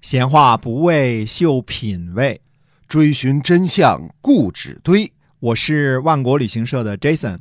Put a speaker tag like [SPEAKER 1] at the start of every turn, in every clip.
[SPEAKER 1] 闲话不为秀品味，
[SPEAKER 2] 追寻真相固执堆。
[SPEAKER 1] 我是万国旅行社的 Jason，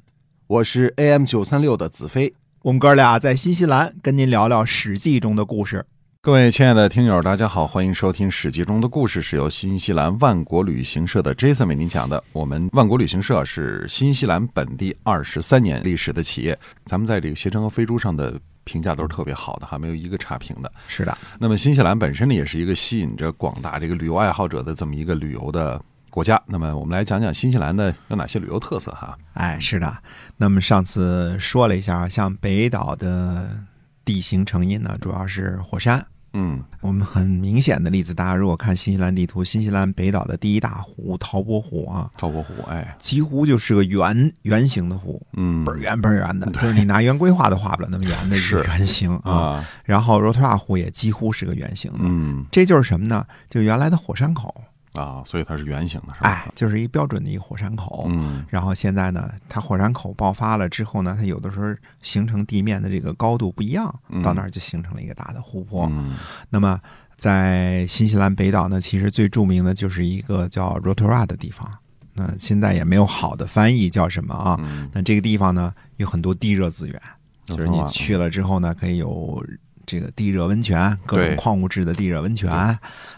[SPEAKER 2] 我是 AM 九三六的子飞。
[SPEAKER 1] 我们哥俩在新西兰跟您聊聊《史记》中的故事。
[SPEAKER 2] 各位亲爱的听友，大家好，欢迎收听《史记》中的故事，是由新西兰万国旅行社的 Jason 为您讲的。我们万国旅行社是新西兰本地二十三年历史的企业，咱们在这个携程和飞猪上的评价都是特别好的，哈，没有一个差评的。
[SPEAKER 1] 是的，
[SPEAKER 2] 那么新西兰本身呢，也是一个吸引着广大这个旅游爱好者的这么一个旅游的国家。那么我们来讲讲新西兰的有哪些旅游特色哈？
[SPEAKER 1] 哎，是的。那么上次说了一下，像北岛的地形成因呢，主要是火山。
[SPEAKER 2] 嗯
[SPEAKER 1] 我们很明显的例子，大家如果看新西兰地图，新西兰北岛的第一大湖陶波湖啊，
[SPEAKER 2] 套泊湖，哎，
[SPEAKER 1] 几乎就是个圆圆形的湖，
[SPEAKER 2] 嗯
[SPEAKER 1] 倍儿圆倍儿圆的，就是你拿圆规画都画不了那么圆的一个
[SPEAKER 2] 是
[SPEAKER 1] 圆形啊。
[SPEAKER 2] 啊，
[SPEAKER 1] 然后罗特亚湖也几乎是个圆形的，
[SPEAKER 2] 嗯
[SPEAKER 1] 这就是什么呢？就原来的火山口，
[SPEAKER 2] 啊，所以它是圆形的，是吧？
[SPEAKER 1] 哎，就是一标准的一火山口。
[SPEAKER 2] 嗯
[SPEAKER 1] 然后现在呢，它火山口爆发了之后呢，它有的时候形成地面的这个高度不一样，到那儿就形成了一个大的湖泊。
[SPEAKER 2] 嗯
[SPEAKER 1] 那么在新西兰北岛呢，其实最著名的就是一个叫 Rotorua 的地方。那现在也没有好的翻译叫什么啊？
[SPEAKER 2] 嗯
[SPEAKER 1] 那这个地方呢，有很多地热资源，就是你
[SPEAKER 2] Rotorua，
[SPEAKER 1] 去了之后呢，可以有这个地热温泉，各种
[SPEAKER 2] 对
[SPEAKER 1] 矿物质的地热温泉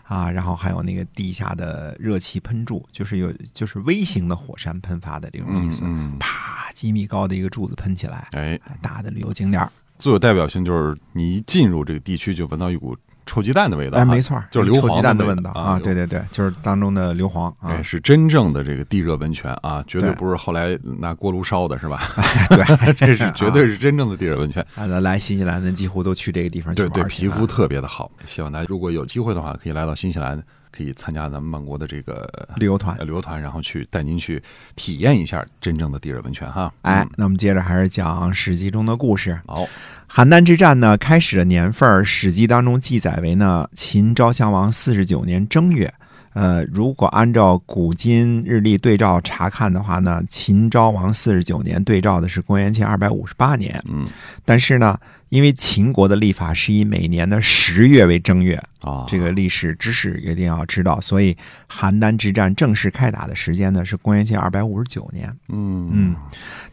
[SPEAKER 1] 啊，然后还有那个地下的热气喷注，就是有就是微型的火山喷发的这种意
[SPEAKER 2] 嗯
[SPEAKER 1] 思，
[SPEAKER 2] 嗯，
[SPEAKER 1] 啪几米高的一个柱子喷起来，
[SPEAKER 2] 哎，
[SPEAKER 1] 哎大的旅游景点儿，
[SPEAKER 2] 最有代表性就是你一进入这个地区就闻到一股臭鸡蛋的味道，啊
[SPEAKER 1] 哎，没，错儿，
[SPEAKER 2] 就是硫
[SPEAKER 1] 臭鸡
[SPEAKER 2] 磺
[SPEAKER 1] 蛋
[SPEAKER 2] 的
[SPEAKER 1] 的
[SPEAKER 2] 味
[SPEAKER 1] 味道
[SPEAKER 2] 道
[SPEAKER 1] 啊，
[SPEAKER 2] 啊
[SPEAKER 1] 对对对，就是当中的硫磺啊
[SPEAKER 2] 哎，，是真正的这个地热温泉啊，绝对
[SPEAKER 1] 对
[SPEAKER 2] 不是后来拿锅炉烧的，是 吧？
[SPEAKER 1] 对，
[SPEAKER 2] 这是绝对是真正的地热温泉，
[SPEAKER 1] 啊，来新西兰人几乎都去这个地方去
[SPEAKER 2] 对
[SPEAKER 1] 玩
[SPEAKER 2] 对，
[SPEAKER 1] 儿去
[SPEAKER 2] 皮
[SPEAKER 1] 了
[SPEAKER 2] 肤特别的好。希望大家如果有机会的话，可以来到新西兰，可以参加咱们万国的这个
[SPEAKER 1] 旅游团
[SPEAKER 2] 呃。旅游团，然后去带您去体验一下真正的地热温泉哈。
[SPEAKER 1] 哎
[SPEAKER 2] 嗯，，
[SPEAKER 1] 那我们接着还是讲《史记》中的故事。
[SPEAKER 2] 好，
[SPEAKER 1] 邯郸之战呢，开始的年份儿，《史记》当中记载为呢，秦昭襄王四十九年正月。呃，如果按照古今日历对照查看的话呢，秦昭王四十九年对照的是公元前二百五十八年。
[SPEAKER 2] 嗯
[SPEAKER 1] 但是呢，因为秦国的历法是以每年的十月为正月，
[SPEAKER 2] 啊，
[SPEAKER 1] 这个历史知识一定要知道。所以，邯郸之战正式开打的时间呢是公元前二百五十九年。
[SPEAKER 2] 嗯
[SPEAKER 1] 嗯，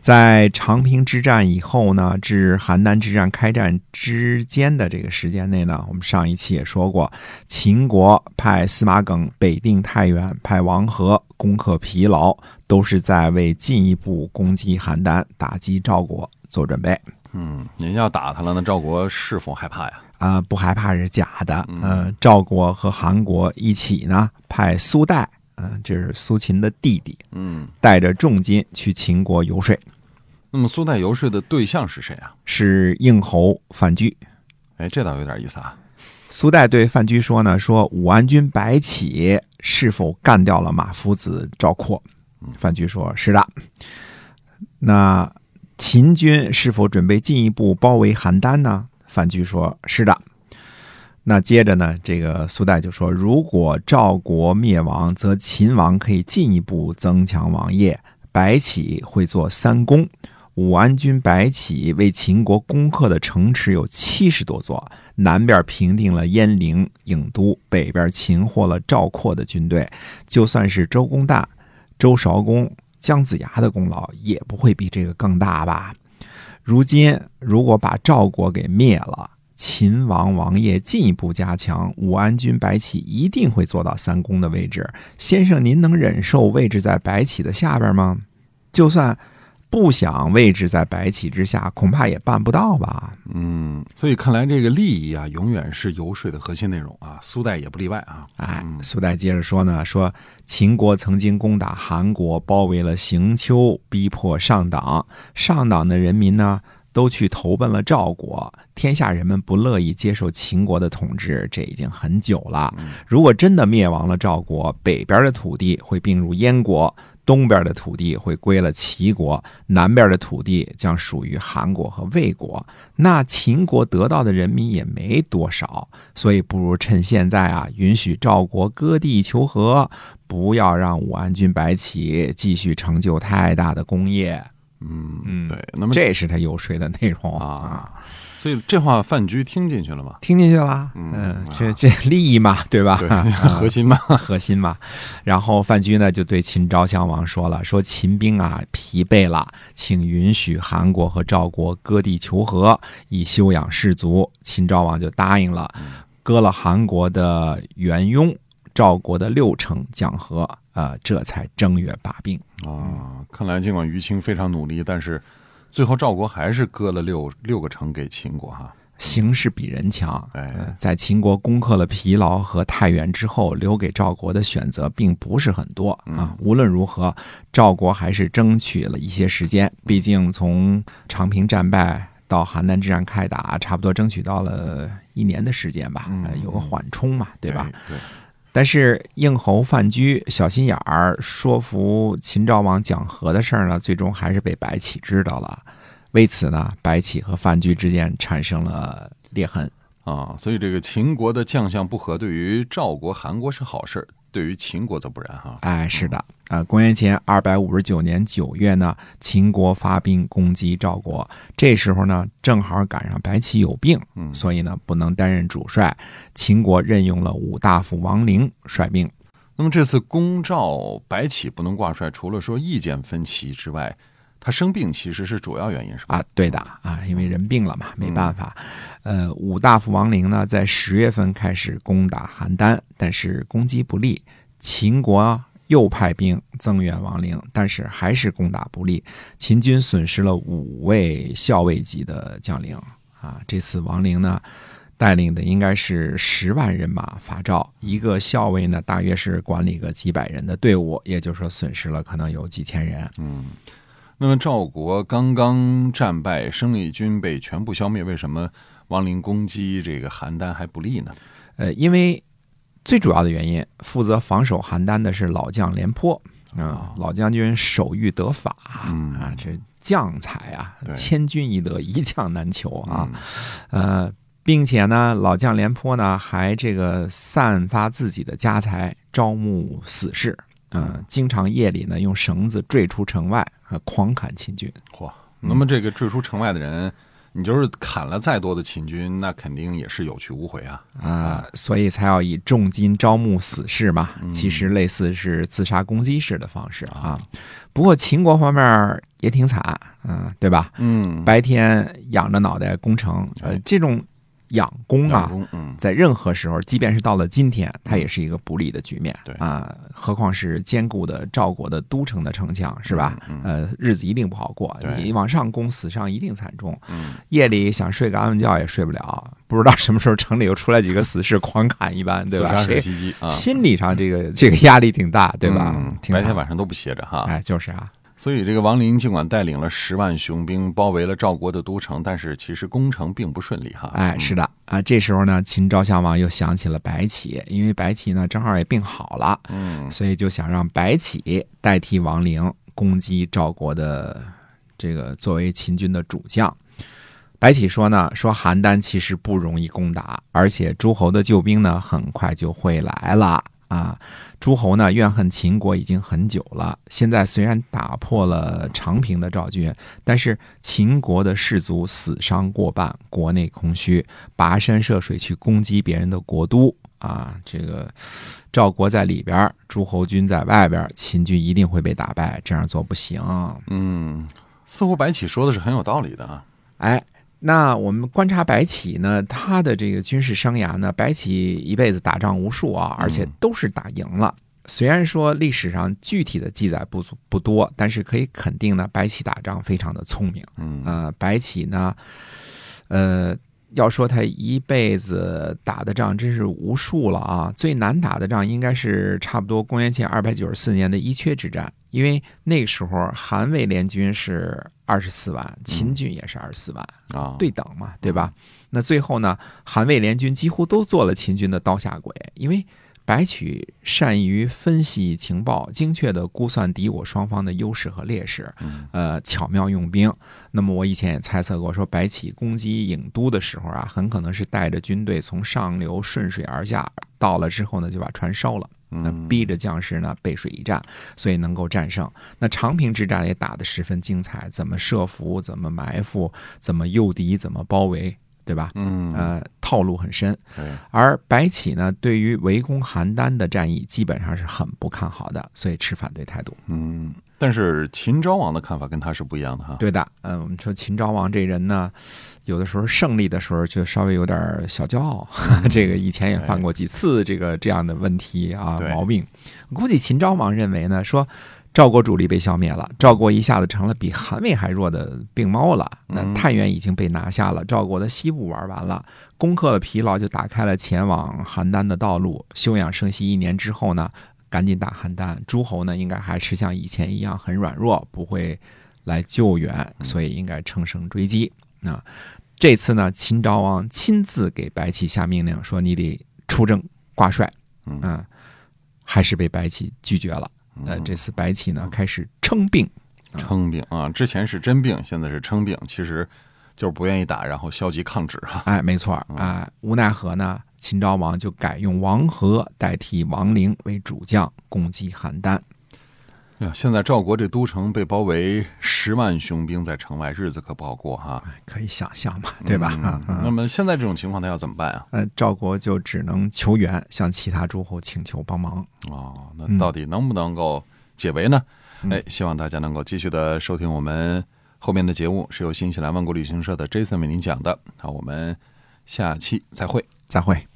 [SPEAKER 1] 在长平之战以后呢，至邯郸之战开战之间的这个时间内呢，我们上一期也说过，秦国派司马耿北定太原，派王和攻克疲劳，都是在为进一步攻击邯郸、打击赵国做准备。
[SPEAKER 2] 嗯，您要打他了，那赵国是否害怕呀？
[SPEAKER 1] 啊、不害怕是假的。呃，赵国和韩国一起呢，派苏代，嗯、这是苏秦的弟弟，
[SPEAKER 2] 嗯，
[SPEAKER 1] 带着重金去秦国游说，
[SPEAKER 2] 那么苏代游说的对象是谁啊？
[SPEAKER 1] 是应侯范雎。
[SPEAKER 2] 哎，这倒有点意思啊。
[SPEAKER 1] 苏代对范雎说呢，说武安君白起是否干掉了马夫子赵括？范雎说是的。那秦军是否准备进一步包围邯郸呢？范雎说是的。那接着呢，这个苏代就说，如果赵国灭亡，则秦王可以进一步增强王业，白起会做三公。武安君白起为秦国攻克的城池有七十多座，南边平定了鄢陵、郢都，北边擒获了赵括的军队。就算是周公旦、周韶公、姜子牙的功劳，也不会比这个更大吧？如今如果把赵国给灭了，秦王王业进一步加强，武安君白起一定会做到三公的位置。先生，您能忍受位置在白起的下边吗？就算不想位置在白起之下，恐怕也办不到吧？
[SPEAKER 2] 嗯，所以看来这个利益啊，永远是游说的核心内容啊，苏代也不例外啊。
[SPEAKER 1] 哎
[SPEAKER 2] 嗯，
[SPEAKER 1] 苏代接着说呢，说秦国曾经攻打韩国，包围了邢丘，逼迫上党，上党的人民呢都去投奔了赵国，天下人们不乐意接受秦国的统治，这已经很久了。如果真的灭亡了赵国，北边的土地会并入燕国。东边的土地会归了齐国，南边的土地将属于韩国和魏国。那秦国得到的人民也没多少，所以不如趁现在啊，允许赵国割地求和，不要让武安君白起继续成就太大的功业。
[SPEAKER 2] 嗯
[SPEAKER 1] 嗯
[SPEAKER 2] 对。那么
[SPEAKER 1] 这是他游说的内容
[SPEAKER 2] 啊，所以这话范雎听进去了吗？
[SPEAKER 1] 听进去啦，
[SPEAKER 2] 嗯
[SPEAKER 1] 嗯
[SPEAKER 2] 啊，
[SPEAKER 1] 这这利益嘛， 对吧？
[SPEAKER 2] 对，
[SPEAKER 1] 啊
[SPEAKER 2] 核心嘛，
[SPEAKER 1] 核心嘛。然后范雎呢就对秦昭襄王说了，说秦兵啊疲惫了，请允许韩国和赵国割地求和，以休养士卒。秦昭王就答应了，割了韩国的元雍，赵国的六城讲和，呃，这才正月罢兵。
[SPEAKER 2] 啊，看来尽管于清非常努力，但是最后赵国还是割了六六个城给秦国哈。
[SPEAKER 1] 形势比人强。
[SPEAKER 2] 哎
[SPEAKER 1] 呃在秦国攻克了疲劳和太原之后，留给赵国的选择并不是很多
[SPEAKER 2] 嗯
[SPEAKER 1] 啊。无论如何，赵国还是争取了一些时间，毕竟从长平战败。到邯郸之战开打，差不多争取到了一年的时间吧，
[SPEAKER 2] 嗯
[SPEAKER 1] 呃有个缓冲嘛，对吧？
[SPEAKER 2] 哎？对，
[SPEAKER 1] 但是应侯范雎小心眼儿，说服秦昭王讲和的事儿呢，最终还是被白起知道了。为此呢，白起和范雎之间产生了裂痕。
[SPEAKER 2] 啊，所以这个秦国的将相不和，对于赵国、韩国是好事儿，对于秦国则不然哈。
[SPEAKER 1] 哎，是的，呃，公元前二百五十九年九月呢，秦国发兵攻击赵国，这时候呢，正好赶上白起有病，
[SPEAKER 2] 嗯，
[SPEAKER 1] 所以呢，不能担任主帅，秦国任用了武大夫王陵率兵。
[SPEAKER 2] 那么这次攻赵，白起不能挂帅，除了说意见分歧之外，他生病其实是主要原因，是吧？嗯
[SPEAKER 1] 啊，对的啊，因为人病了嘛，没办法。呃，武大夫王陵呢，在十月份开始攻打邯郸，但是攻击不利。秦国又派兵增援王陵，但是还是攻打不利。秦军损失了五位校尉级的将领啊。这次王陵呢，带领的应该是十万人马伐赵，一个校尉呢，大约是管理个几百人的队伍，也就是说损失了可能有几千人。
[SPEAKER 2] 嗯，那么赵国刚刚战败，生力军被全部消灭，为什么王陵攻击这个邯郸还不利呢？
[SPEAKER 1] 呃，因为最主要的原因，负责防守邯郸的是老将廉颇啊、老将军手谕得法
[SPEAKER 2] 哦嗯
[SPEAKER 1] 啊，这将才啊
[SPEAKER 2] 对，嗯
[SPEAKER 1] 千军易得，一将难求啊。呃，并且呢，老将廉颇呢还这个散发自己的家财，招募死士。嗯，经常夜里呢用绳子坠出城外，啊，狂砍秦军。
[SPEAKER 2] 嚯、那么这个追出城外的人，你就是砍了再多的秦军，那肯定也是有去无回啊。
[SPEAKER 1] 啊、所以才要以重金招募死士嘛。
[SPEAKER 2] 嗯
[SPEAKER 1] 其实类似是自杀攻击式的方式啊。不过秦国方面儿也挺惨，嗯、对吧？
[SPEAKER 2] 嗯，
[SPEAKER 1] 白天仰着脑袋攻城，呃
[SPEAKER 2] 哎，
[SPEAKER 1] 这种仰攻
[SPEAKER 2] 两
[SPEAKER 1] 啊，
[SPEAKER 2] 公，嗯，
[SPEAKER 1] 在任何时候，即便是到了今天，它也是一个不利的局面。
[SPEAKER 2] 对
[SPEAKER 1] 啊，何况是坚固的赵国的都城的城墙，是吧？呃，日子一定不好过。
[SPEAKER 2] 嗯对
[SPEAKER 1] 你往上攻，死伤一定惨重。
[SPEAKER 2] 嗯
[SPEAKER 1] 夜里想睡个安稳觉也睡不了，不知道什么时候城里又出来几个死士，狂砍一 般，对
[SPEAKER 2] 自
[SPEAKER 1] 吧？
[SPEAKER 2] 杀式
[SPEAKER 1] 谁
[SPEAKER 2] 袭击啊，
[SPEAKER 1] 心理上这个这个压力挺大，对吧
[SPEAKER 2] 嗯？
[SPEAKER 1] 挺
[SPEAKER 2] 白
[SPEAKER 1] 惨
[SPEAKER 2] 天晚上都不歇着哈。
[SPEAKER 1] 哎，就是啊，
[SPEAKER 2] 所以这个王陵尽管带领了十万雄兵包围了赵国的都城，但是其实攻城并不顺利哈。
[SPEAKER 1] 哎，是的啊。这时候呢，秦昭襄王又想起了白起，因为白起呢正好也病好了，
[SPEAKER 2] 嗯，
[SPEAKER 1] 所以就想让白起代替王陵攻击赵国的这个作为秦军的主将。白起说呢，说邯郸其实不容易攻打，而且诸侯的救兵呢很快就会来了啊。诸侯呢怨恨秦国已经很久了，现在虽然打破了长平的赵军，但是秦国的士卒死伤过半，国内空虚，跋山涉水去攻击别人的国都啊，这个赵国在里边儿，诸侯军在外边儿，秦军一定会被打败，这样做不行。
[SPEAKER 2] 嗯，似乎白起说的是很有道理的啊。
[SPEAKER 1] 哎，那我们观察白起呢，他的这个军事生涯呢，白起一辈子打仗无数啊，而且都是打赢了。虽然说历史上具体的记载不足不多，但是可以肯定呢，白起打仗非常的聪明。
[SPEAKER 2] 嗯
[SPEAKER 1] 呃，白起呢，呃，要说他一辈子打的仗真是无数了啊。最难打的仗应该是差不多公元前二百九十四年的伊阙之战，因为那个时候韩魏联军是二十四万，秦军也是二十四万，
[SPEAKER 2] 啊，
[SPEAKER 1] 对等嘛，对吧？那最后呢，韩魏联军几乎都做了秦军的刀下鬼，因为白起善于分析情报，精确地估算敌我双方的优势和劣势，
[SPEAKER 2] 嗯
[SPEAKER 1] 呃，巧妙用兵。那么我以前也猜测过，说白起攻击郢都的时候啊，很可能是带着军队从上流顺水而下，到了之后呢，就把船烧了。那
[SPEAKER 2] 嗯
[SPEAKER 1] 逼着将士呢背水一战，所以能够战胜。那长平之战也打得十分精彩，怎么设伏，怎么埋伏，怎么诱敌，怎么包围，对吧？
[SPEAKER 2] 嗯，哎
[SPEAKER 1] 呃，套路很深。
[SPEAKER 2] 对
[SPEAKER 1] 而白起呢，对于围攻邯郸的战役基本上是很不看好的，所以持反对态度。
[SPEAKER 2] 嗯，但是秦昭王的看法跟他是不一样的哈。
[SPEAKER 1] 对的，嗯，我们说秦昭王这人呢，有的时候胜利的时候就稍微有点小骄傲，
[SPEAKER 2] 嗯
[SPEAKER 1] 这个以前也犯过几次这个这样的问题啊
[SPEAKER 2] 哎对
[SPEAKER 1] 毛病。估计秦昭王认为呢，说赵国主力被消灭了，赵国一下子成了比韩魏还弱的病猫了。那
[SPEAKER 2] 嗯
[SPEAKER 1] 太原已经被拿下了，赵国的西部玩完了，攻克了疲劳，就打开了前往邯郸的道路。休养生息一年之后呢，赶紧打邯郸。诸侯呢，应该还是像以前一样很软弱，不会来救援，
[SPEAKER 2] 嗯
[SPEAKER 1] 所以应该乘胜追击啊。这次呢，秦昭王亲自给白起下命令，说你得出征挂帅，
[SPEAKER 2] 嗯
[SPEAKER 1] 啊还是被白起拒绝了。呃，
[SPEAKER 2] 嗯
[SPEAKER 1] 这次白起呢开始称病，
[SPEAKER 2] 称病啊，之前是真病，现在是称病，其实就是不愿意打，然后消极抗旨哈。
[SPEAKER 1] 哎，没错儿
[SPEAKER 2] 嗯
[SPEAKER 1] 啊，无奈何呢，秦昭王就改用王和代替王陵为主将攻击邯郸。
[SPEAKER 2] 哎呀，现在赵国这都城被包围，十万雄兵在城外，日子可不好过哈，
[SPEAKER 1] 可以想象嘛，对吧？
[SPEAKER 2] 嗯那
[SPEAKER 1] 啊，
[SPEAKER 2] 么现在这种情况，他要怎么办啊？
[SPEAKER 1] 呃，赵国就只能求援，向其他诸侯请求帮忙。
[SPEAKER 2] 哦，
[SPEAKER 1] 嗯
[SPEAKER 2] 那到底能不能够解围呢？
[SPEAKER 1] 嗯
[SPEAKER 2] 哎，希望大家能够继续的收听我们后面的节目，是由新西兰万国旅行社的 Jason 为您讲的。好，我们下期再会。
[SPEAKER 1] 再会。